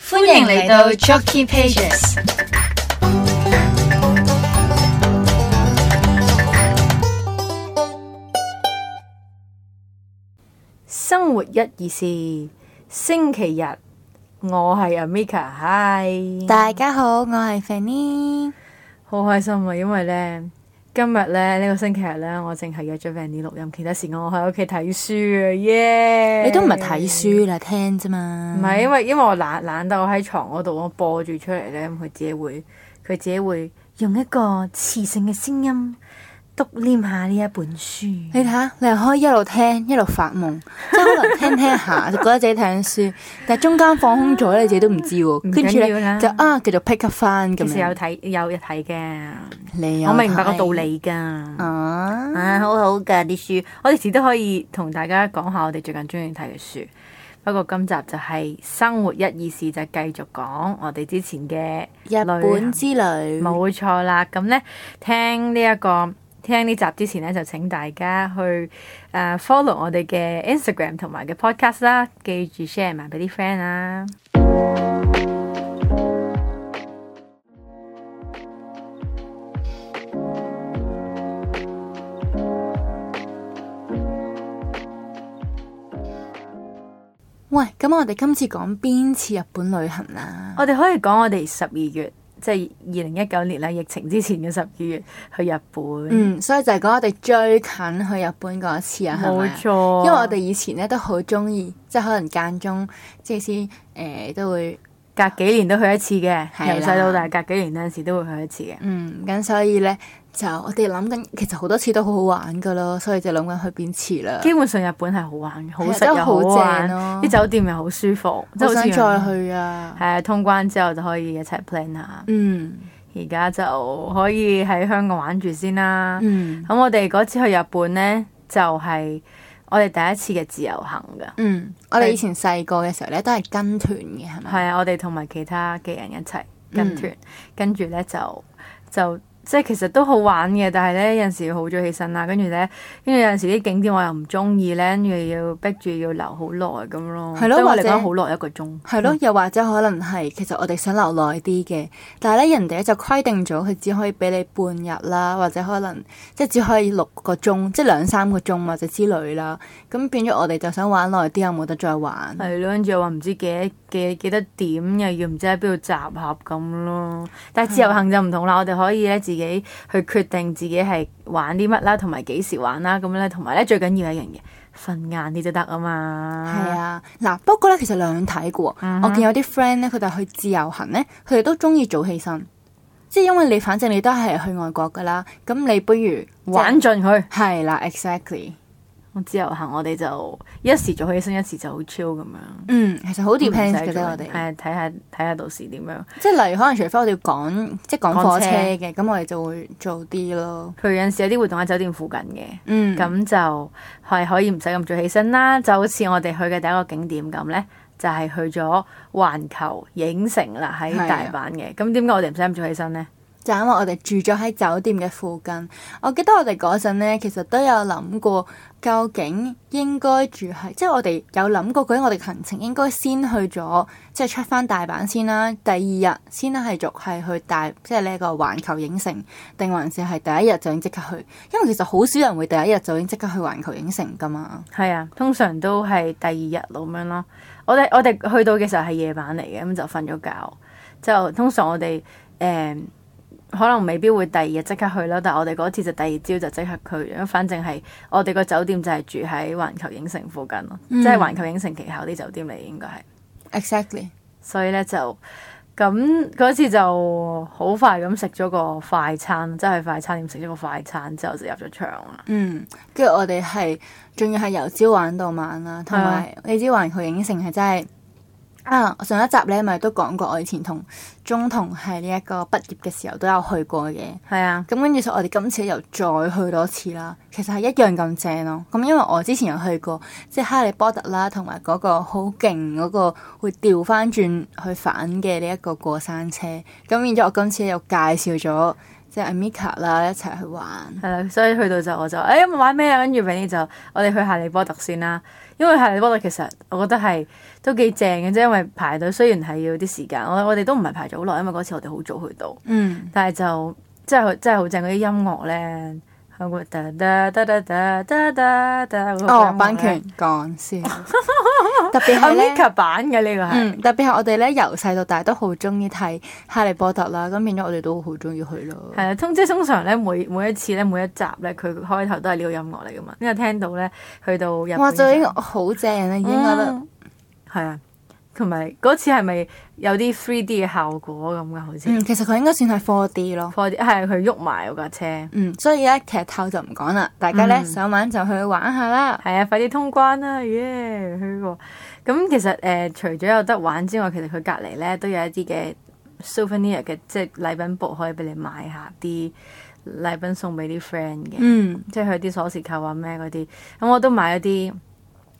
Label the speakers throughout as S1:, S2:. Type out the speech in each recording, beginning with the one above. S1: 歡迎嚟到 Jockey Pages。
S2: 生活一二事，星期日我係 Amika，hi，
S3: 嗯大家好，我係 Fanny。
S2: 好開心啊！因為呢，今日呢，呢、個星期日呢，我淨係約咗 Vanny 錄音，其他時間我喺屋企睇書啊，耶！
S3: 你都唔係睇書啦，聽啫嘛。
S2: 唔係因為因為我懶懶得我喺床嗰度，我播住出嚟咧，咁佢自己會佢自己會用一個磁性嘅聲音篤黏下呢一本書。
S3: 你睇下，你又可以一路聽一路發夢， 即係可能聽聽下就覺得自己睇緊書，但係中間放空咗你自己都唔知喎。跟住
S2: 緊要啦
S3: 咧就啊，繼續 pick up 翻咁
S2: 其實有
S3: 樣。
S2: 睇有睇嘅，
S3: 你有
S2: 我明白個
S3: 睇
S2: 道理㗎。
S3: 啊？
S2: 啊，好好㗎啲書，我哋遲都可以同大家講下我哋最近中意睇嘅書。不過今集就係生活一二事，就繼續講我哋之前嘅
S3: 日本之旅
S2: 冇錯啦。咁呢，聽呢、一個聽呢集之前呢，就請大家去誒、呃 follow 我哋嘅 Instagram 同埋嘅 podcast 啦，記住 share 埋俾啲 friend 啦。
S3: 嗯喂，咁我哋今次講邊次日本旅行啊？
S2: 我哋可以講我哋十二月，即係二零一九年啦，疫情之前嘅十二月去日本。
S3: 嗯，所以就係講我哋最近去日本嗰一次啊，係咪
S2: 冇
S3: 啊
S2: 錯，
S3: 因為我哋以前咧都好中意，即係可能間中，即係先誒都會
S2: 隔幾年都去一次嘅，
S3: 係啦
S2: 由細到大隔幾年嗰陣時都會去一次嘅。
S3: 嗯咁，所以咧就我哋諗緊，其實好多次都好好玩噶咯，所以就諗緊去邊次啦。
S2: 基本上日本係好玩嘅，好食
S3: 真係
S2: 又好玩，
S3: 好正咯
S2: 啲酒店又好舒服，即係
S3: 好
S2: 好
S3: 想
S2: 似
S3: 再去啊！
S2: 係啊，通關之後就可以一齊 plan 下。
S3: 嗯
S2: 而家就可以喺香港玩住先啦。咁、
S3: 嗯
S2: 我哋嗰次去日本呢，就係、我哋第一次嘅自由行㗎。
S3: 嗯，我哋以前細個嘅時候咧都係跟團嘅，係咪？
S2: 係啊，我哋同埋其他嘅人一齊跟
S3: 嗯
S2: 團，跟住咧就就即係其實都好玩嘅，但係咧有陣時要好早起身啦，跟住咧跟住有陣時啲景點我又唔中意咧，跟住要逼住要留好耐咁咯。
S3: 係咯
S2: 對我
S3: 或
S2: 嚟
S3: 者
S2: 講好耐一個鐘。
S3: 係咯，又或者可能係其實我哋想留耐啲嘅，但係咧人哋咧就規定咗佢只可以俾你半日啦，或者可能即係只可以六個鐘，即係兩三個鐘或者之類啦。咁變咗我哋就想玩耐啲，又冇得再玩。
S2: 係咯，跟住又話唔知幾幾幾多點，又要唔知喺邊度集合咁咯。但
S3: 嗯
S2: 係自由行就唔同啦，我哋可以咧自己去決定自己係玩啲乜啦，同埋幾時玩啦咁咧，同埋咧最緊要一樣嘢，瞓晏啲就得啊嘛。
S3: 係啊，嗱，不過咧其實兩睇嘅喎。
S2: 嗯
S3: 我見有啲 friend 咧，佢哋去自由行咧，佢哋都中意早起身，即係因為你反正你都係去外國噶啦，咁你不如
S2: 玩盡佢。
S3: 係啦，exactly。
S2: 我自由行，我哋就一時早起身，一時就好 chill 咁樣。
S3: 嗯，其實好 depends
S2: 唔
S3: 嘅
S2: 使
S3: 啫，
S2: 做
S3: 我哋。
S2: 係睇下睇下到時點樣。
S3: 即係例如可能除非我哋要趕即係趕火
S2: 趕車
S3: 車嘅，咁我哋就會做啲咯。
S2: 譬如有陣時有啲活動喺酒店附近嘅，
S3: 嗯，
S2: 咁、就係可以唔使咁早起身啦。就好似我哋去嘅第一個景點咁咧，就係、去咗環球影城啦，喺
S3: 係啊
S2: 大阪嘅。咁點解我哋唔使咁早起身咧？
S3: 就因為我哋住咗喺酒店嘅附近，我記得我哋嗰陣咧，其實都有諗過，究竟應該住喺，即係我哋有諗過，究竟我哋行程應該先去咗，即係出翻大阪先啦，第二日先係續係去大，即係呢個環球影城，定還是係第一日就已經即刻去？因為其實好少人會第一日就已經即刻去環球影城噶嘛。
S2: 係啊，通常都係第二日咁樣咯。我哋我哋去到嘅時候係夜晚嚟嘅，咁就瞓咗覺。就通常我哋誒、嗯可能未必會第二日即刻去咯，但係我哋嗰次就第二朝就即刻去，咁反正係我哋個酒店就係住喺環球影城附近咯，
S3: 嗯
S2: 即係環球影城旗下啲酒店嚟應該係。
S3: Exactly。
S2: 所以咧就咁嗰次就好快咁食咗個快餐，即係快餐店食咗個快餐之後就入咗場啦。
S3: 嗯，跟住我哋係仲要係由朝玩到晚啦，同埋你知環球影城係真係啊！我上一集咧咪都講過，我以前同中同係呢一個畢業嘅時候都有去過嘅。
S2: 係啊，
S3: 咁跟住所以我哋今次又再去多次啦，其實係一樣咁正咯。咁因為我之前有去過，即係《哈利波特》啦，同埋嗰個好勁嗰個會調翻轉去反嘅呢一個過山車。咁變咗我今次又介紹咗即係 Amika 啦一齊去玩。
S2: 係啦，所以去到就我就誒、哎、玩咩啊？跟住 Vinny 就我哋去哈利波特先啦，因為哈利波特其實我覺得係都幾正嘅啫，因為排隊雖然係要啲時間，我我哋都唔係排咗好耐，因為嗰次我哋好早去到，
S3: 嗯，
S2: 但係就真係真係好正嗰啲音樂咧，香港噠噠噠噠噠噠噠噠嗰個
S3: 哦
S2: 音樂，
S3: 版
S2: 咧
S3: 權講先， 特別係咧。
S2: Amika 版嘅哦呢個啊係。
S3: 嗯，特別係我哋咧由細到大都好中意睇《哈利波特》啦，咁變咗我哋都好中意去咯。
S2: 係啊，通即係通常咧，每每一次咧，每一集咧，佢開頭都係呢個音樂嚟噶嘛，因為聽到咧，去到日本
S3: 哇，就
S2: 嘅
S3: 已
S2: 時
S3: 經
S2: 候
S3: 好正啊啦，已經覺得
S2: 嗯係啊，同埋嗰次係咪有啲 three D 嘅效果咁噶？好似
S3: 嗯，其實佢應該算係 four D 咯。
S2: 4D 係佢喐埋嗰架車，
S3: 嗯，所以咧劇透就唔講啦，大家咧
S2: 嗯
S3: 想玩就去玩下啦。
S2: 係啊，快啲通關啦！耶，去過咁其實誒、呃除咗有得玩之外，其實佢隔離咧都有一啲嘅 souvenir 嘅，即係禮品部可以俾你買下啲禮品送俾啲 friend 嘅。
S3: 嗯，
S2: 即係佢啲鎖匙扣啊咩嗰啲，咁我都買咗啲。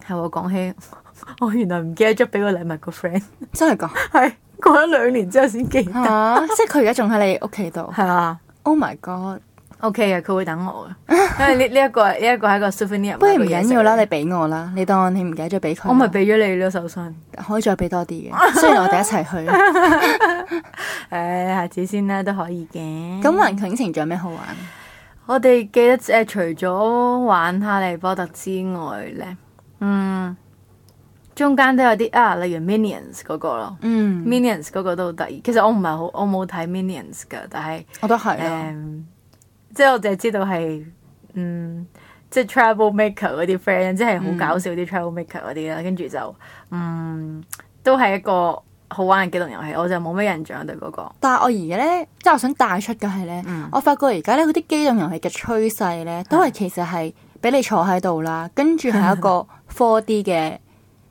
S2: 係我講起， 我原來唔記得咗俾個禮物個 friend，
S3: 真係講
S2: 係過咗兩年之後先記得，
S3: 嚇，即係啊佢而家仲喺你屋企度。
S2: 係啊
S3: Oh my god！
S2: ，OK 啊嘅，佢會等我嘅，因為呢呢一個呢一個係一個 souvenir，
S3: 不如唔
S2: 買個嘢食
S3: 緊要啦，你俾我啦，你當你唔記得咗俾佢啦。
S2: 我咪俾咗你咯手信，
S3: 可以再俾多啲嘅，雖然我哋一齊 去。
S2: 誒下次先啦都可以嘅。
S3: 咁環境程仲有咩好玩？
S2: 我哋記得誒、除咗玩哈利波特之外咧，嗯，中間都有啲啊，例如 Minions 嗰個咯。
S3: 嗯，
S2: Minions 嗰個都好得意，其實我唔係好，我冇睇 Minions 噶，但係誒、
S3: 我都係啊。
S2: 嗯即係我淨係知道係嗯，即係 Travel Maker 嗰啲 friend，即係
S3: 嗯
S2: 好搞笑啲 Travel Maker 嗰啲啦，跟住就嗯，都係一個好玩嘅機動遊戲，我就冇咩印象對嗰、個，
S3: 但係我而家咧，即係我想帶出嘅係咧，
S2: 嗯，
S3: 我發覺而家咧嗰啲機動遊戲嘅趨勢咧，都係其實係俾你坐喺度啦，跟住係一 個 4D 嘅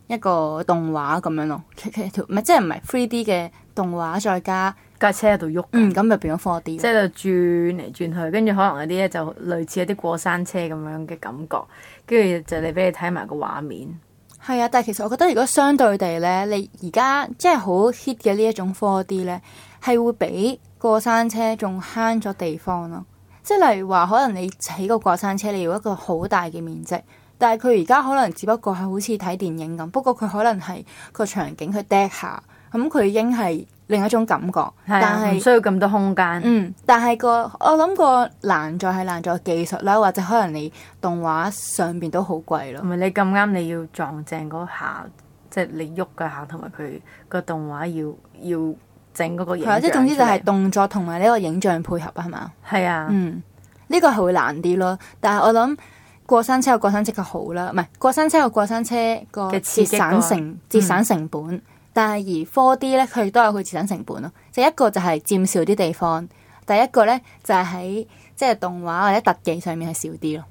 S3: 一個動畫咁樣咯，其其條唔係即係唔係 3D 嘅動畫再加
S2: 架車喺度喐，
S3: 嗯咁就變咗
S2: 即
S3: 4D 咯。
S2: 係就轉嚟轉去，跟住可能有啲咧就類似一啲過山車咁樣嘅感覺，跟住就嚟俾你睇埋個畫面。
S3: 係啊，但係其實我覺得如果相對地咧，你而家即係好 hit 嘅呢一種 4D 咧，係會比過山車仲慳咗地方咯。即係例如話，可能你起個過山車，你要一個好大嘅面積，但係佢而家可能只不過係好似睇電影咁，不過佢可能係個場景佢 deck 下，咁佢已經係另一種感覺。
S2: 係
S3: 但
S2: 啊，唔
S3: 係
S2: 需要咁多空間。
S3: 嗯，但係個我諗個難在係難在技術啦，或者可能你動畫上邊都好貴咯
S2: 同。埋你咁啱你要撞正嗰下，即係你喐嘅下，同埋佢個動畫要要整嗰個影
S3: 係啊，
S2: 像
S3: 即係總之就
S2: 出
S3: 係
S2: 嚟
S3: 動作同埋呢個影像配合啊，係嘛？
S2: 係啊，
S3: 嗯，呢個係會難啲咯。但係我諗過山車有過山車嘅好啦，唔係過山車有過山車個
S2: 嘅
S3: 節
S2: 刺激嗯嗰
S3: 省
S2: 個
S3: 成節省成本。但係而 four D 咧，佢亦都有佢節省成本咯。就一個就係佔少啲地方，第一個咧就係喺即係動畫或者特技上面係少啲咯。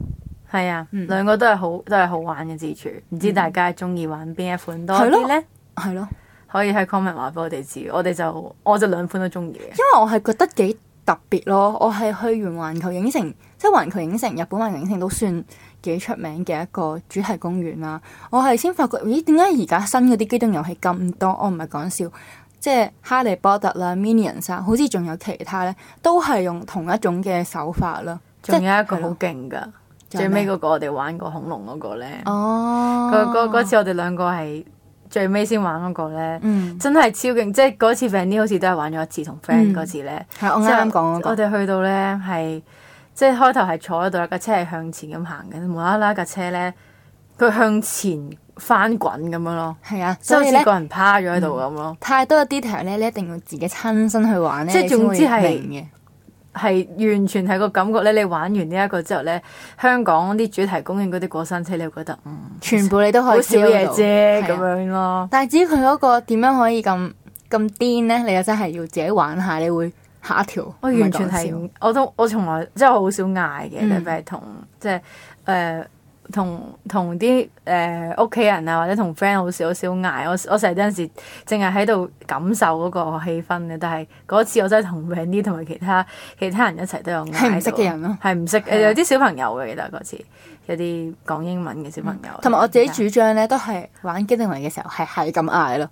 S2: 係啊，
S3: 嗯
S2: 兩個都係好都係好玩嘅之處。唔知大家中意玩邊一款多
S3: 係咯
S2: 啲咧？
S3: 係咯，
S2: 可以喺 comment 話俾我哋知。我哋就我就兩款都中意嘅。
S3: 因為我係覺得幾特別咯。我係去完環球影城，即係環球影城、日本環球影城都算幾出名嘅一個主題公園啦。我係先發覺，咦？點解而家新嗰啲機動遊戲咁多？我唔係講笑，即係《哈利波特》啦、《Minions》啊，好似仲有其他咧，都係用同一種嘅手法啦。即
S2: 仲有一個
S3: 係
S2: 好
S3: 咯
S2: 勁㗎，
S3: 仲有
S2: 最
S3: 咩
S2: 尾嗰個我哋玩過恐龍嗰個咧。
S3: 哦，
S2: 嗰嗰嗰次我哋兩個係最尾先玩嗰個咧，
S3: 嗯
S2: 真係超勁！即係嗰次 Fanny 好似都係玩咗一次，同 friend 嗰次咧。
S3: 係我啱啱講嗰
S2: 我
S3: 個，
S2: 哋去到咧係即係開頭係坐喺度啦，架車係向前咁行嘅，無啦啦架車咧佢向前翻滾咁樣咯，
S3: 係啊，
S2: 即係
S3: 所
S2: 好
S3: 以嗯
S2: 似
S3: 咧
S2: 個人趴咗喺度咁咯，
S3: 太多 detail 咧，你一定要自己親身去玩咧，
S2: 即係
S3: 你先
S2: 總之
S3: 會
S2: 係
S3: 明嘅。
S2: 係、完全係個感覺咧。你玩完呢一個之後咧，香港啲主題公園嗰啲過山車，你會覺得嗯
S3: 全部你都可以
S2: 好少
S3: feel
S2: 嘢
S3: 到
S2: 啫
S3: 係
S2: 咁
S3: 啊
S2: 樣咯。
S3: 但係至於佢嗰個點樣可以咁咁癲咧，你又真係要自己玩下，你會嚇一跳。
S2: 我完全係，我都我從來即係我好少嗌嘅，
S3: 嗯
S2: 特別係同即係誒同同啲誒屋企人啊，或者同 friend 好少好少嗌。我我成日有陣時淨係喺度感受嗰個氣氛嘅，但係嗰次我真係同 Wendy 同埋其他其他人一齊都有嗌到。
S3: 係唔識嘅人咯。
S2: 係唔識
S3: 係啊
S2: 有啲小朋友嘅，其實嗰次有啲講英文嘅小朋友。
S3: 嗯同埋我自己主張咧，都係玩機動遊戲嘅時候係係咁嗌咯，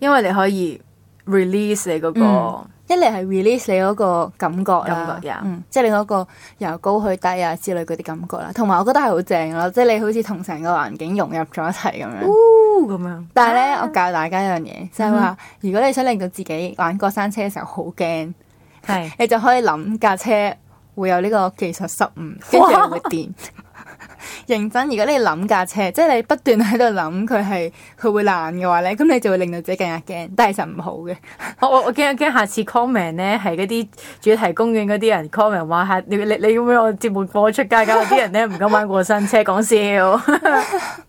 S2: 因為你可以 release 你嗰個
S3: 嗯一嚟係 release 你嗰個感覺啦
S2: 感覺，yeah
S3: 嗯，即係你嗰個由高去低啊之類嗰啲感覺啦，同埋我覺得係好正咯，即係你好似同成個環境融入咗一齊咁樣。
S2: 咁樣。
S3: 但係
S2: 啊
S3: 咧，我教大家一樣嘢，就係話，
S2: 嗯
S3: 如果你想令到自己玩過山車嘅時候好驚，
S2: 係
S3: 你就可以諗架車會有呢個技術失誤，跟住又會電。 認真，如果你諗架車，即係你不斷喺度諗佢係佢會爛嘅話咧，咁你就會令到自己更加驚。但係其實唔好嘅，
S2: 我我我驚驚下次 comment 咧係嗰啲主題公園嗰啲人 comment 話下你你你咁樣我節目播出街，搞到啲人咧唔敢玩過山車，講笑。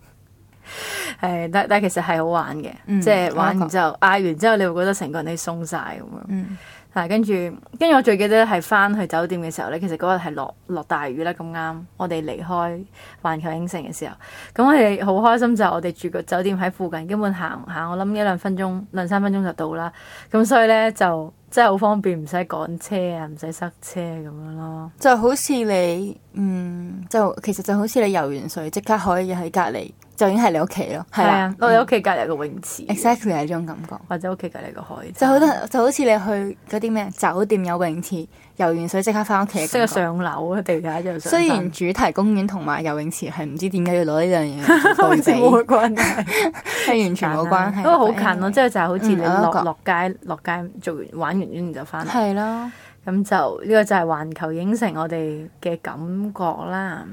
S2: 係，但但其實係好玩嘅，
S3: 嗯
S2: 即係玩
S3: 我
S2: 完
S3: 覺
S2: 之後嗌完之後，你會覺得成個人你鬆晒咁樣。
S3: 啊嗯
S2: 係跟住，跟住我最記得係翻去酒店嘅時候咧，其實嗰日係落落大雨啦，咁啱我哋離開環球影城嘅時候，咁我哋好開心就係我哋住個酒店喺附近，根本行行我諗一兩分鐘、兩三分鐘就到啦，咁所以咧就真係好方便，唔使趕車啊，唔使塞車咁樣咯。
S3: 就好似你，嗯，就其實就好似你游完水即刻可以喺隔離，就已經係你屋企咯，
S2: 係
S3: 係嗯
S2: 啊
S3: 啦，嗯
S2: 我哋屋企隔離有個泳池
S3: exactly 係呢種感覺。
S2: 或者屋企隔離個海，
S3: 就好
S2: 嗯
S3: 得就好似你去嗰啲咩酒店有泳池，游完水即刻翻屋企嘅
S2: 即係
S3: 感覺。
S2: 上樓啊，地下就上。
S3: 雖然主題公園同埋游泳池係唔知點解要攞呢樣 嘢嚟做對比，
S2: 冇關係。
S3: 係 完全冇關係。
S2: 因為好近啊咯，即係就係好似你
S3: 嗯我都
S2: 落
S3: 覺
S2: 落街落街做完玩完跟住就翻嚟，
S3: 係咯，
S2: 咁就呢個就係環球影城我哋嘅感覺啦。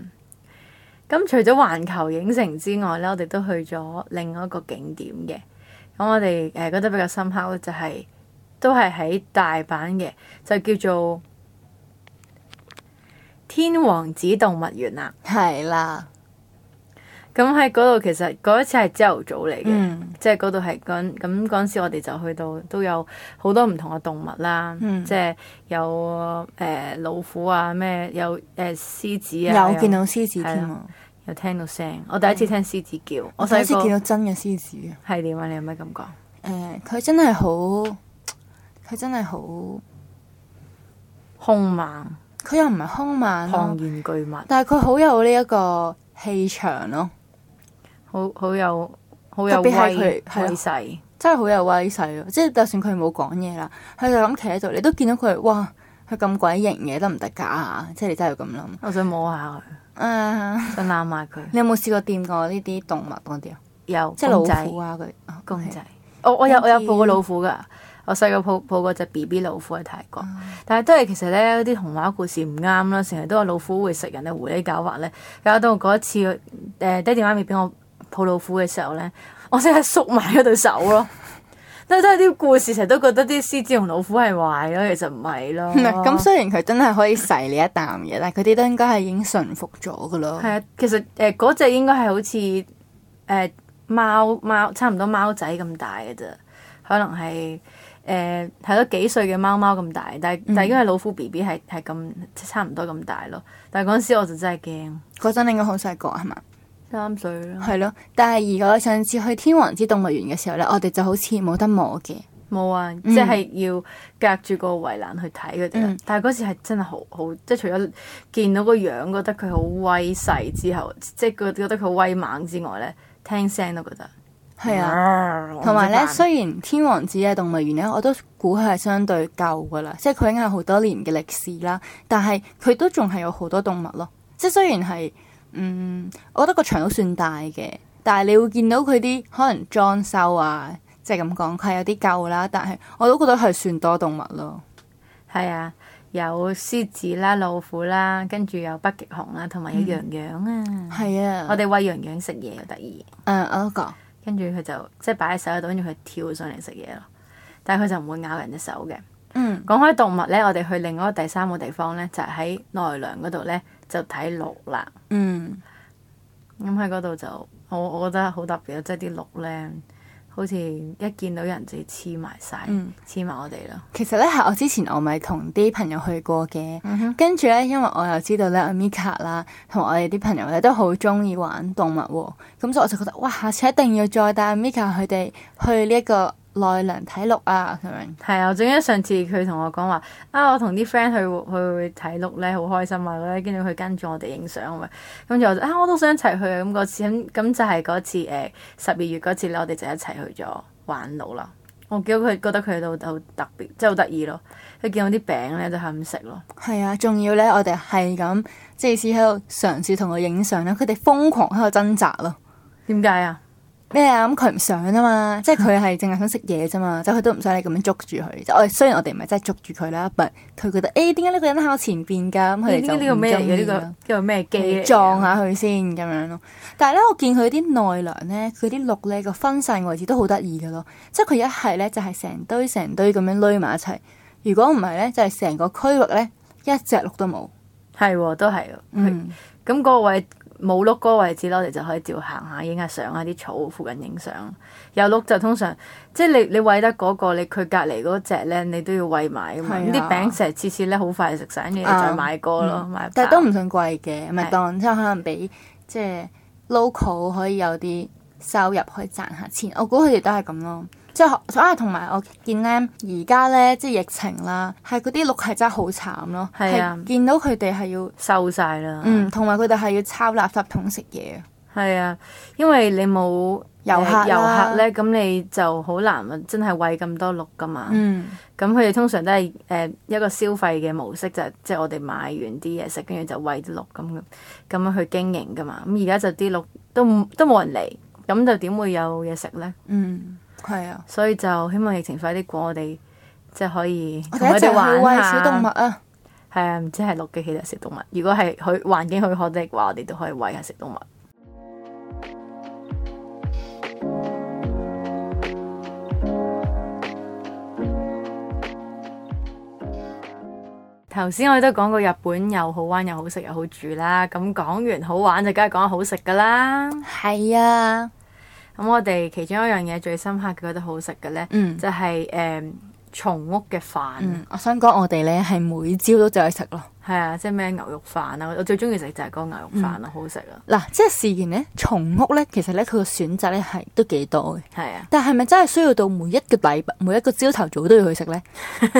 S2: 咁除咗環球影城之外咧，我哋都去咗另外一個景點嘅。咁我哋誒覺得比較深刻咧，就係都係喺大阪嘅，就叫做天王子動物園啦。
S3: 係啦，
S2: 咁喺嗰度其實嗰一次係朝頭早嚟嘅。
S3: 嗯
S2: 即係嗰度係嗰咁嗰陣時，我哋就去到都有好多唔同嘅動物啦，
S3: 嗯
S2: 即係有誒、呃老虎啊，咩有誒、呃、獅子啊，
S3: 有見到獅子添啊！
S2: 有聽到聲，我第一次聽獅子叫，
S3: 我
S2: 我
S3: 第一
S2: 細
S3: 次見
S2: 個
S3: 到真嘅獅子啊！
S2: 係點啊？你有咩感覺？
S3: 誒，佢真係好，佢真係好，
S2: 兇猛、
S3: 佢又唔係兇猛
S2: 龐
S3: 咯，
S2: 然巨物，
S3: 但係佢好有呢一個氣場咯，
S2: 好好有好有
S3: 特別
S2: 威
S3: 係佢
S2: 威
S3: 係啊
S2: 勢，
S3: 真係好有威勢咯！即係就算佢冇講嘢啦，佢就咁企喺度，你都見到佢哇！佢咁鬼型嘅得唔得㗎？即係你真係要咁諗。
S2: 我想摸下佢，
S3: 啊
S2: 想攬下佢，
S3: 你有冇試過掂過呢啲動物嗰啲啊？
S2: 有
S3: 即係老
S2: 公仔
S3: 虎啊嗰啲。哦
S2: 公仔
S3: OK。
S2: 我我有我有
S3: 公仔
S2: 抱過老虎噶，我細個抱抱過只 B B 老虎喺泰國，
S3: 啊
S2: 但係都係其實咧啲童話故事唔啱啦，成日都話老虎會食人啊，狐狸狡猾咧，搞到嗰一次誒、爹哋媽咪俾我抱老虎嘅時候咧，我即刻縮埋嗰對手咯。都都係啲故事，成日都覺得啲獅子同老虎係壞咯，其實唔係咯。
S3: 唔係咁，雖然佢真係可以噬你一啖嘢，但係佢啲都應該係已經馴服咗噶咯。
S2: 係啊，其實誒嗰只應該係好似誒、呃、貓貓差唔多貓仔咁大嘅啫，可能係誒係咯幾歲嘅貓貓咁大，但係、
S3: 嗯
S2: 但係因為老虎 B B 係係咁差唔多咁大咯，但係嗰陣時我就真係驚
S3: 嗰陣你應該好細個係嘛？
S2: 三歲啦，
S3: 係咯。但係而我上次去天王之動物園嘅時候咧，我哋就好似冇得摸嘅。
S2: 冇啊，即係要隔住個圍欄去睇佢哋啦
S3: 嗯。
S2: 但係嗰時係真係好好，即係除咗見到個樣覺得佢好威勢之後，即係覺覺得佢好威猛之外咧，聽聲都覺得
S3: 係啊。
S2: 啊
S3: 同埋咧，雖然天王寺嘅動物園咧，我都估佢係相對舊噶啦，即係佢已經係好多年嘅歷史啦。但係佢都仲係有好多動物咯，即係雖然係，嗯，我覺得個場都算大嘅，但係你會見到佢啲可能裝修啊，即係咁講，佢係有啲舊啦，但係我都覺得係算多動物咯。
S2: 係啊，有獅子啦、老虎啦，跟住有北極熊啦，同埋有羊羊啊。
S3: 係啊，
S2: 我哋餵羊羊食嘢又得意，
S3: 誒我都覺，
S2: 跟住佢就即係擺喺手度，跟住佢跳上嚟食嘢咯。但係佢就唔會咬人隻手嘅。
S3: 嗯，
S2: 講開動物咧，我哋去另外一個第三個地方咧，就係喺奈良嗰度咧，就睇鹿啦。
S3: 嗯，
S2: 咁喺嗰度就我我覺得好特別，啊即係啲鹿咧，好似一見到人就黐埋晒，
S3: 嗯
S2: 黐埋我哋咯。
S3: 其實咧係我之前我咪同啲朋友去過嘅，
S2: 嗯哼
S3: 跟住咧，因為我又知道咧，Mika 啦，同我哋啲朋友咧都好中意玩動物喎，咁所以我就覺得哇，下次一定要再帶 Mika 佢哋去呢一個奈良睇鹿啊咁樣。
S2: 係啊，我總之上次佢同我講話啊，我同啲 friend 去去睇鹿咧，好開心啊！跟住佢跟住我哋影相咁樣，跟住我就啊，我都想一齊去啊！咁嗰次咁咁就係嗰次誒十二月嗰次咧，我哋就一齊去咗玩鹿啦。我見到佢覺得佢哋好好特別，即係好得意咯。佢見到啲餅咧就係咁食咯，
S3: 係啊，仲要咧，我哋係咁即係喺度嘗試同佢影相啦，佢哋瘋狂喺度掙扎咯。
S2: 點解啊？
S3: 咩啊？咁佢唔想 啊嘛，即係佢係淨係想食嘢啫嘛，即係佢都唔想你咁樣捉住佢。即係我哋雖然我哋唔係真係捉住佢啦，但佢覺得誒點解呢個人喺我前邊㗎？咁佢哋
S2: 呢
S3: 就
S2: 呢個咩嚟嘅？呢個
S3: 嘅
S2: 呢個咩機嚟嘅
S3: 撞下佢先咁樣咯。但係咧，我見佢啲內梁咧，佢啲綠咧個分散位置都好得意嘅咯。即係佢一係咧就係、成堆成堆咁樣堆埋一齊，如果唔係咧就係、成個區域咧一隻綠都冇。
S2: 係喎，都係喎。佢
S3: 嗯，
S2: 咁嗰個位冇碌嗰個位置咧，我哋就可以照行下影下相啊，啲草附近影相。有碌就通常即係你你餵得嗰、個，你佢隔離嗰只咧，你都要餵埋㗎嘛。
S3: 係啊
S2: 咁啲餅成日次次咧好快就食晒，你
S3: 啱
S2: 再買過咯，買
S3: 嗯但係都
S2: 包
S3: 唔算貴嘅，咪
S2: 啊係
S3: 當即係可能俾即係 local 可以有啲收入可以賺下錢。我估佢哋都係咁咯。即係啊，同埋我見咧，而家咧即係疫情啦，係嗰啲綠係真係好慘咯，
S2: 係啊
S3: 見到佢哋係要
S2: 收晒啦。
S3: 嗯，同埋佢哋係要抄垃圾桶食嘢。
S2: 係啊，因為你冇
S3: 遊客啦
S2: 呃遊客咧，咁你就好難真係喂咁多鹿噶嘛。
S3: 嗯，
S2: 咁佢哋通常都係誒、呃一個消費嘅模式，就係即係我哋買完啲嘢食，跟住就喂啲鹿咁咁咁樣去經營噶嘛。咁而家就啲鹿都唔都冇人嚟，咁就點會有嘢食咧？
S3: 嗯，係啊，
S2: 所以就希望疫情快啲過，我哋即係可以
S3: 我
S2: 同
S3: 哋
S2: 佢
S3: 一齊
S2: 哋
S3: 去
S2: 玩
S3: 喂小
S2: 下。
S3: 動物啊。
S2: 係啊，唔知係鹿嘅其實食動物。如果係佢環境許可的話，我哋都可以喂下食動物。頭先我哋都講過日本又好玩又好食又好住啦，咁講完好玩就梗係講好食噶啦。
S3: 係啊，
S2: 咁我哋其中一樣嘢最深刻嘅覺得好食嘅呢，
S3: 嗯
S2: 就係、誒、松屋嘅飯。
S3: 嗯，我想講我哋咧係每朝都走去食咯。
S2: 係啊，即係咩牛肉飯啊！我最中意食就係嗰個牛肉飯
S3: 嗯
S2: 啊，好食啊！
S3: 嗱，即係事然咧，松屋咧，其實咧佢個選擇咧係都幾多嘅。
S2: 係啊，
S3: 但係咪真係需要到每一個禮拜、 每一個朝頭早都要去食呢？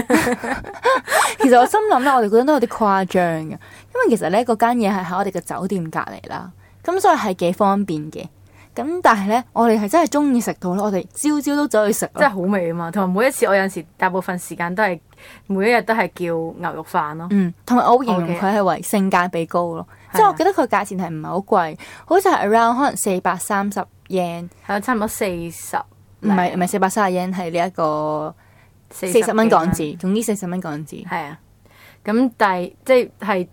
S3: 其實我心諗咧，我哋覺得都有啲誇張嘅，因為其實咧嗰間嘢係喺我哋嘅酒店隔離啦，咁所以係幾方便嘅。咁但係咧，我哋係真係中意食到咯，我哋朝朝都走去食咯。
S2: 真係好味啊嘛！同埋每一次我有陣時大部分時間都係每一日都係叫牛肉飯咯，
S3: 嗯，同埋我會形容
S2: Okay
S3: 佢係為性價比高咯，
S2: 係啊
S3: 即係我記得佢價錢係唔係好貴，好似係 around 可能四百三十
S2: 係
S3: yen，
S2: 啊，差唔多四十，
S3: 唔係唔係四百三十 yen 係呢一個
S2: 四
S3: 四十蚊港，紙，總之四十蚊港紙。
S2: 係啊。咁但係即係係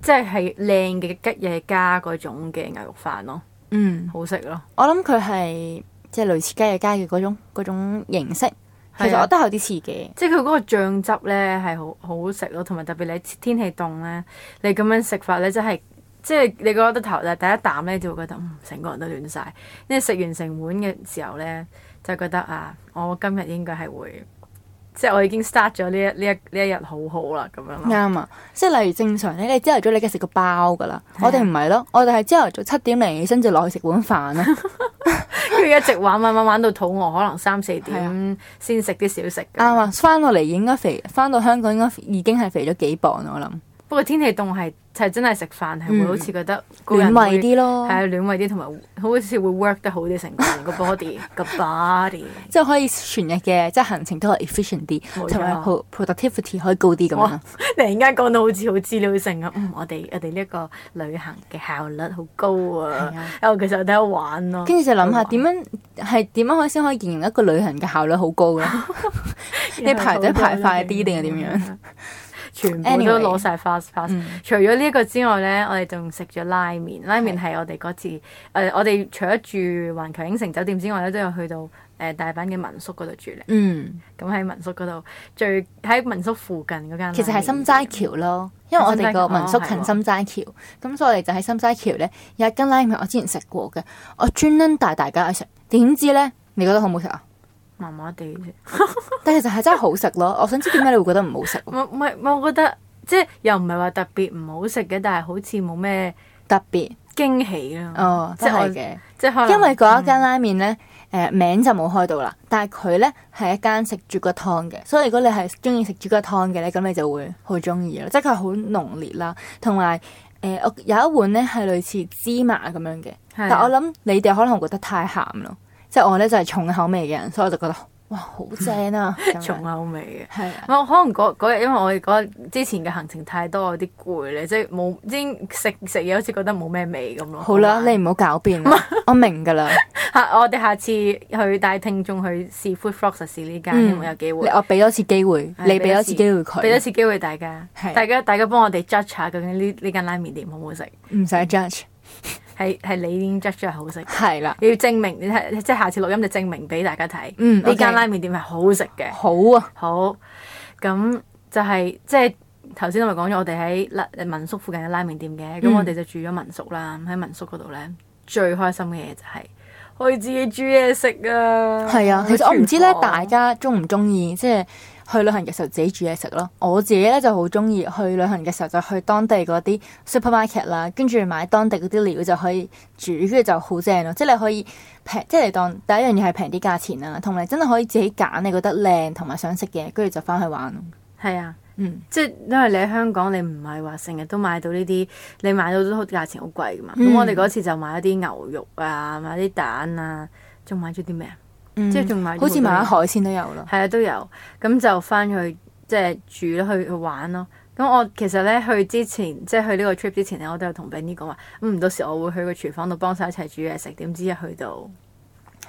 S2: 即係係靚嘅吉野家嗰種嘅牛肉飯咯，
S3: 嗯。
S2: 好食咯。
S3: 我諗佢係即係類似雞翼街嘅嗰種嗰種形式，
S2: 啊
S3: 其實我覺得有啲似嘅。
S2: 即係佢嗰個醬汁咧係好好好食咯，同埋特別你天氣凍咧，你咁樣食法咧，真係即係你覺得頭就第一啖咧就會覺得嗯成個人都暖晒。跟住食完成碗嘅時候咧，就覺得啊，我今日應該係會即係我已經 start 咗呢一呢一呢一日好好啦咁樣咯。
S3: 啱啊！即係例如正常咧，你朝頭早你梗係食個包噶啦，
S2: 啊
S3: 我哋唔係咯，我哋係朝頭早七點零起身就落去食碗飯啊 啦。
S2: 跟住一直玩玩玩玩到肚餓，可能三四
S3: 係
S2: 點先食啲小食。
S3: 啱啊！翻到嚟應該肥，翻到香港應該已經係肥咗幾磅我諗，
S2: 不過天氣凍係係真係食飯係會
S3: 嗯
S2: 好似覺得個
S3: 暖
S2: 人
S3: 胃
S2: 會
S3: 啲咯
S2: 係，啊，暖胃啲，同埋好似會 work 得好啲成個人個 body 個 body。
S3: 即係可以全日嘅即係行程都係 efficient 啲，
S2: 冇錯
S3: 同埋 pro- productivity 可以高啲咁樣
S2: 哇。突然間講到好似好資料性咁，嗯，我哋我哋呢一個旅行嘅效率好高啊
S3: 係啊！
S2: 因為其實我哋喺度玩咯，
S3: 跟住就諗
S2: 好
S3: 下
S2: 玩
S3: 點樣係點樣可以先可以形容一個旅行嘅效率好高 嘅？你排隊排快啲定係點樣？
S2: 啊全部都
S3: Anyway
S2: 攞晒 fast pass。除咗呢一個之外咧，我哋仲食咗拉麵。拉麵係我哋嗰次誒、呃我哋除咗住環球影城酒店之外咧，都有去到誒、呃大阪嘅民宿嗰度住咧。
S3: 嗯。
S2: 咁喺民宿嗰度，最喺民宿附近嗰間拉麵。
S3: 其實係深齋橋咯，因為我哋個
S2: 哦
S3: 民宿近深齋橋，咁所以我哋就喺深齋橋咧有一間拉麵，我之前食過嘅，我專登帶大家去食，點知咧你覺得好唔好食啊？
S2: 麻麻地啫，
S3: 但其實係真係好食咯，我想知點解你會覺得唔好食
S2: 唔，唔係，唔係我覺得即係又唔係話特別唔好食嘅，但係好似冇咩
S3: 特別
S2: 驚喜咯。
S3: 哦，
S2: 即
S3: 真
S2: 係我
S3: 係
S2: 即係可
S3: 嘅，
S2: 能嗯
S3: 因為嗰一間拉麵咧。誒名就冇開到啦，但係佢咧係一間食豬骨湯嘅，所以如果你係中意食豬骨湯嘅咧，咁你就會好中意咯，即係佢好濃烈啦，同埋誒我有一碗咧係類似芝麻咁樣嘅，
S2: 係啊
S3: 但我諗你哋可能會覺得太鹹咯，即係我咧就係、重口味嘅人，所以我就覺得哇，好 正啊！咁樣
S2: 重口味嘅。
S3: 係啊，
S2: 我可能嗰嗰日，因為我哋嗰之前嘅行程太多，有啲攰咧，即係冇已經食食嘢，好似覺得冇咩味咁咯。
S3: 好啦，你唔好狡辯啦，我明 㗎啦，
S2: 下我哋下次去帶聽眾去試 Food Frog 就試呢間，
S3: 嗯
S2: 希望有機
S3: 你
S2: 會。
S3: 我俾多次機會，
S2: 係
S3: 你俾多次機會
S2: 俾多
S3: 佢，
S2: 次機會大家
S3: 係，
S2: 大家大家幫我哋 judge 下究竟呢呢間拉麵店好唔好食？
S3: 唔使 judge，
S2: 係係你已經 judge 咗係好食，
S3: 係啦，
S2: 你要證明，你睇即係下次錄音就證明俾大家睇，
S3: 嗯
S2: 呢間
S3: OK
S2: 拉麵店係好食嘅。
S3: 好啊，
S2: 好，咁就係、即係頭先我咪講咗，我哋喺拉民宿附近嘅拉麵店嘅，咁、
S3: 嗯
S2: 我哋就住咗民宿啦。喺民宿嗰度咧，最開心嘅嘢就係可以自己煮嘢食啊！
S3: 係啊，
S2: 去
S3: 其實我唔知咧
S2: 廚，房
S3: 大家中唔中意即係去旅行嘅時候自己煮嘢食咯。我自己咧就好中意去旅行嘅時候就去當地嗰啲 supermarket 啦，跟住買當地嗰啲料就可以煮，跟住就好正咯。即係你可以平，即係你當第一樣嘢係平啲價錢啦，同埋真係可以自己揀你覺得靚同埋想食嘅，跟住就翻去玩咯。
S2: 係啊。
S3: 嗯，
S2: 即係因為你喺香港，你唔係話成日都買到呢啲，你買到都好價錢好貴噶嘛。咁、
S3: 嗯
S2: 我哋嗰次就買一啲牛肉啊，買啲蛋啊，仲買咗啲咩啊？即係仲買咗
S3: 嗯好似買
S2: 多嘢
S3: 海鮮都有咯。
S2: 係啊，都有。咁就翻去即係住咯，去去玩咯。咁我其實咧去之前，即係去呢個 trip 之前咧，我都有同 Benny 講話，嗯，到時我會去個廚房度幫手一齊煮嘢食。點知一去到，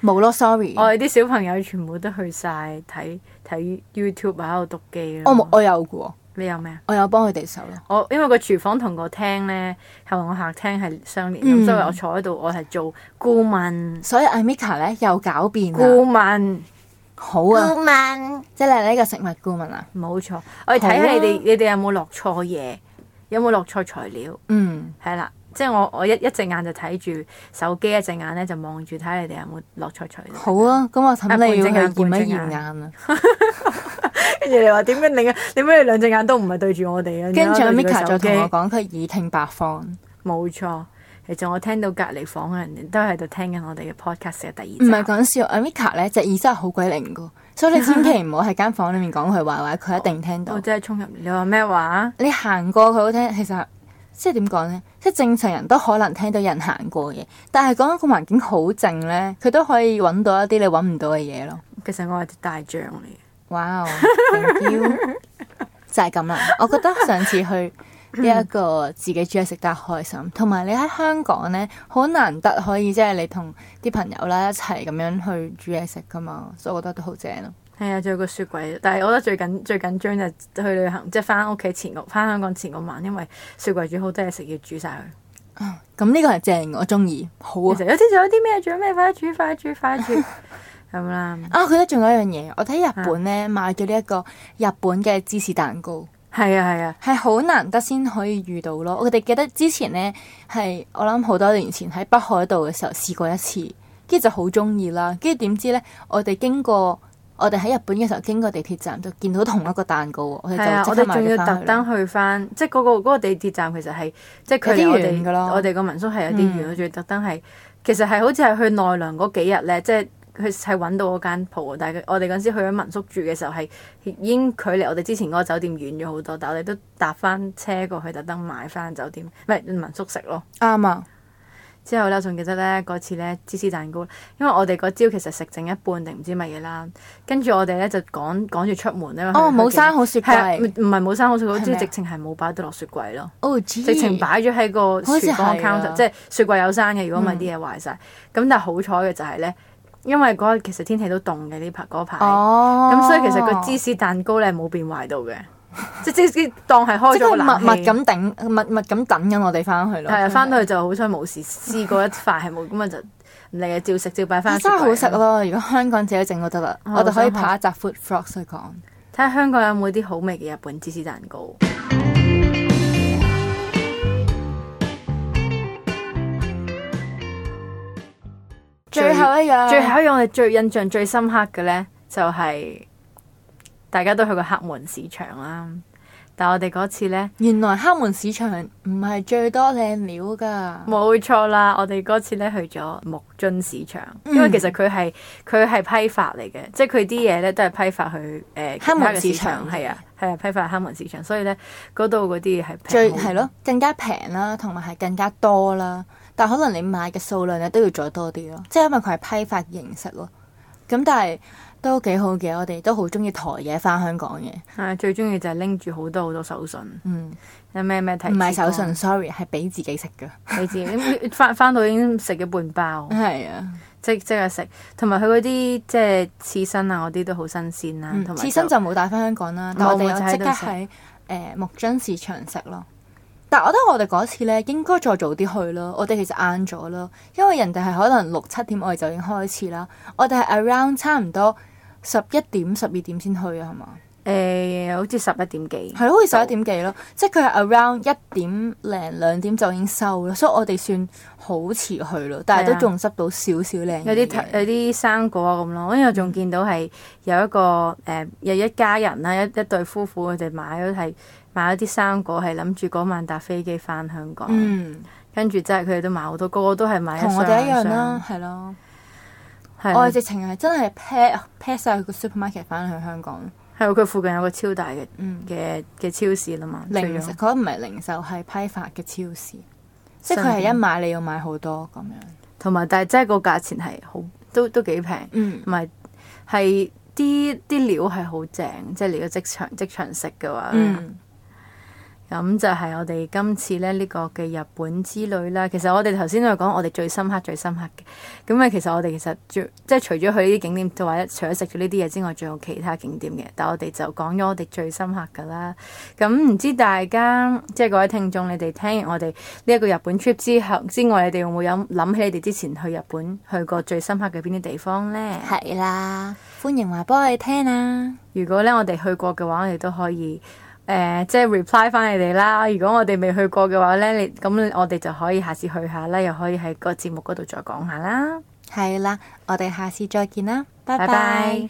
S3: 冇咯，sorry。
S2: 我哋啲小朋友全部都去晒睇睇 YouTube 啊喺度篤機
S3: 我冇
S2: 咯。
S3: 我有嘅喎，
S2: 你有咩啊？
S3: 我有幫佢哋手咯。
S2: 我因為個廚房同個廳咧，係我客廳係相連，咁、
S3: 嗯
S2: 所以我坐喺度，我係做顧問，
S3: 所以 Amika 咧又狡辯
S2: 顧
S3: 啦，
S2: 問。
S3: 好啊，即係你呢個食物顧問啊。
S2: 冇錯，我哋睇
S3: 好
S2: 下
S3: 啊
S2: 你哋你哋有冇落錯嘢，有冇落錯材料，
S3: 嗯，
S2: 係啦，即係我我一一隻眼就睇住手機，一隻眼咧就望住睇下你哋有冇落錯材料。
S3: 好啊，咁我
S2: 啊
S3: 諗你要
S2: 半隻眼
S3: 去驗
S2: 半
S3: 一
S2: 隻眼
S3: 驗眼啊。
S2: 跟住你話點解啊你點解你兩隻眼都唔係對住我哋
S3: 跟住 Mika 就同我講佢耳聽八方，唔
S2: 冇錯。其實我聽到隔離房嘅人都喺度聽緊我哋嘅 podcast 嘅第二
S3: 係
S2: 集，
S3: 講笑。Mika 咧隻耳真係好鬼靈噶，所以 你千祈唔好喺間房裏面講佢壞話，佢一定聽到
S2: 我。真係衝入嚟。你話咩話？
S3: 你行過佢都聽，其實即係點講呢？即係正常人都可能聽到人行過嘅，但係講一個環境好靜呢，佢都可以揾到一啲你揾唔到嘅嘢咯。
S2: 其實我係隻大象嚟嘅。
S3: 哇哦，thank you，就係咁啦。我覺得上次去呢一個自己煮嘢食得開心，同埋你喺香港呢，好難得可以即係你同啲朋友啦一齊咁樣去煮嘢食噶嘛，所以我覺得都好正咯。
S2: 係啊，仲有個雪櫃，但係我覺得最緊最緊張就係去旅行，即係翻屋企前個翻香港前個晚，因為雪櫃煮好多嘢食要煮晒佢。
S3: 咁呢個係正，我中意，好啊
S2: 其。實有啲仲有啲咩仲有咩快啲煮快啲煮快啲煮咁啦，
S3: 啊，我覺得仲有一樣嘢，我睇日本呢買咗呢一個日本嘅芝士蛋糕。
S2: 係啊係啊，
S3: 係好難得先可以遇到咯。我哋記得之前呢，係我諗好多年前喺北海道嘅時候試過一次，跟住就好中意啦。跟住點知呢，我哋經過我哋喺日本嘅時候經過地鐵站就見到同一個蛋糕喎，我
S2: 係啊
S3: 哋，就
S2: 我
S3: 即
S2: 哋
S3: 刻買
S2: 仲
S3: 咗
S2: 要
S3: 翻
S2: 特
S3: 去啦。
S2: 登去翻，即係嗰個嗰個地鐵站其實係即係佢離
S3: 有啲
S2: 我
S3: 遠㗎咯
S2: 哋我哋個民宿係有啲遠，
S3: 嗯
S2: 我仲要特登係其實係好似係去奈良嗰幾日咧，即係。佢係揾到嗰間鋪，啊但係佢我哋嗰陣時去咗民宿住嘅時候係已經距離我哋之前嗰個酒店遠咗好多，但係我哋都搭翻車過去，特登買翻酒店唔係民宿食咯。
S3: 啱啊！
S2: 之後咧，我仲記得咧嗰次咧芝士蛋糕，因為我哋嗰朝其實食剩一半定唔知乜嘢啦，跟住我哋咧就趕趕住出門咧。
S3: 哦，冇生
S2: 生
S3: 好雪
S2: 啊係啊唔
S3: 櫃，
S2: 唔係冇生好雪櫃，
S3: 係
S2: 即
S3: 咩啊
S2: 係直情係冇擺到落雪櫃咯，
S3: 哦，直
S2: 直情擺咗喺個
S3: 好似
S2: 廚房
S3: 係
S2: counter，
S3: 啊嗯
S2: 即係雪櫃有生嘅。如果唔係啲嘢壞晒。咁、但係好彩嘅就係咧，因為嗰日其實天氣都凍嘅呢排嗰排，咁、
S3: 哦，
S2: 所以其實個芝士蛋糕咧冇變壞到 嘅，即即即當係開
S3: 即
S2: 咗個
S3: 係
S2: 冷
S3: 密密
S2: 氣。
S3: 咁頂，密密咁等緊我哋翻去咯。
S2: 係啊，翻到去就好彩冇事，試過一塊係冇，咁啊就唔理嘅，照食照擺翻。
S3: 真係好食！啊咯！如果香港自己整就得啦，
S2: 啊哦
S3: 我哋可以
S2: 真係
S3: 拍一集 Food Vlog 去講。
S2: 睇下香港有冇啲好味嘅日本芝士蛋糕。
S3: 最後一樣，
S2: 最後一樣我哋最印象最深刻嘅咧，就係、大家都去過黑門市場啦。但我哋嗰次咧，
S3: 原來黑門市場唔係最多靚料㗎，
S2: 冇錯啦，我哋嗰次咧去咗木津市場，因為
S3: 嗯
S2: 其實佢係佢係批發嚟嘅，即係佢啲嘢咧都係批發去誒、呃、其他
S3: 黑門
S2: 嘅
S3: 市場
S2: 場，係啊係啊批發去黑門市場，所以咧嗰度嗰啲嘢係平
S3: 最
S2: 好
S3: 係咯，更加平啦，同埋係更加多啦。但可能你買嘅數量咧都要再多啲咯，即係因為佢係批發形式咯。咁但係都幾好嘅，我哋都好中意抬嘢翻香港嘅，
S2: 係啊最中意就係拎住好多好多手信，
S3: 嗯，
S2: 有咩咩提
S3: 唔係
S2: 子乾
S3: 手信，sorry，係俾自己食噶，
S2: 你知你翻翻到已經食咗半包，
S3: 係啊，
S2: 即即係食，同埋佢嗰啲即係刺身啊嗰啲都好新鮮啦，同埋
S3: 嗯刺身就冇帶翻香港啦，但
S2: 冇
S3: 我哋
S2: 冇就
S3: 有
S2: 喺
S3: 即
S2: 度
S3: 刻
S2: 食
S3: 喺誒木津市場食咯。但我覺得我哋嗰次咧應該再早啲去咯，我哋其實晏咗咯，因為人哋係可能六七點我哋就已經開始啦，我哋係 around 差唔多十一點十二點先去啊，係嘛？
S2: 誒呃好似十一點幾，
S3: 係咯，好似十一點幾咯，即係佢係 around 一點零兩點就已經收啦，所以我哋算好遲去咯，但係
S2: 係
S3: 都
S2: 啊
S3: 仲執到少少靚
S2: 有
S3: 嘢
S2: 啲
S3: 嘅
S2: 睇有啲生果咁咯，因為我
S3: 嗯
S2: 仲見到係有一個誒、呃有一家人啦，一一對夫婦佢哋買咗係買咗啲生果，係諗住嗰晚搭飛機翻香港，
S3: 嗯，
S2: 跟住真係佢哋都買好多，個個都係啊買一
S3: 同我哋一樣
S2: 箱
S3: 啦，，係咯，
S2: 係
S3: 我哋
S2: 啊
S3: 直情係真係 pack pack 曬個 supermarket 翻去香港，
S2: 係啊佢附近有個超大嘅
S3: 嗯，
S2: 嘅嘅超市啦嘛，
S3: 零食
S2: 最
S3: 佢唔係零售係批發嘅超市，即係
S2: 新
S3: 佢係一
S2: 店
S3: 買你要買好多咁樣，
S2: 同埋但係真係個價錢係好都都幾平，
S3: 嗯
S2: 同埋係啲啲料係好正，即係你個即場即場食嘅話。
S3: 嗯，
S2: 咁就係我哋今次咧呢、呢個嘅日本之旅啦。其實我哋頭先都有講，我哋最深刻、最深刻嘅。咁啊，其實我哋其實最即係除咗去呢啲景點之外，除咗食咗呢啲嘢之外，仲有其他景點嘅。但我哋就講咗我哋最深刻㗎啦。咁唔知大家即係各位聽眾，你哋聽完我哋呢一個日本 trip 之後之外，你哋會唔會有諗起你哋之前去日本去過最深刻嘅邊啲地方呢？
S3: 係啦，歡迎話俾我哋聽啊，
S2: 如果咧我哋去過嘅話，我哋都可以誒、呃即係 reply 翻你哋啦。如果我哋未去過嘅話咧，你咁我哋就可以下次去下啦，又可以喺個節目嗰度再講下啦。
S3: 係啦，我哋下次再見啦，拜
S2: 拜
S3: 拜
S2: 拜。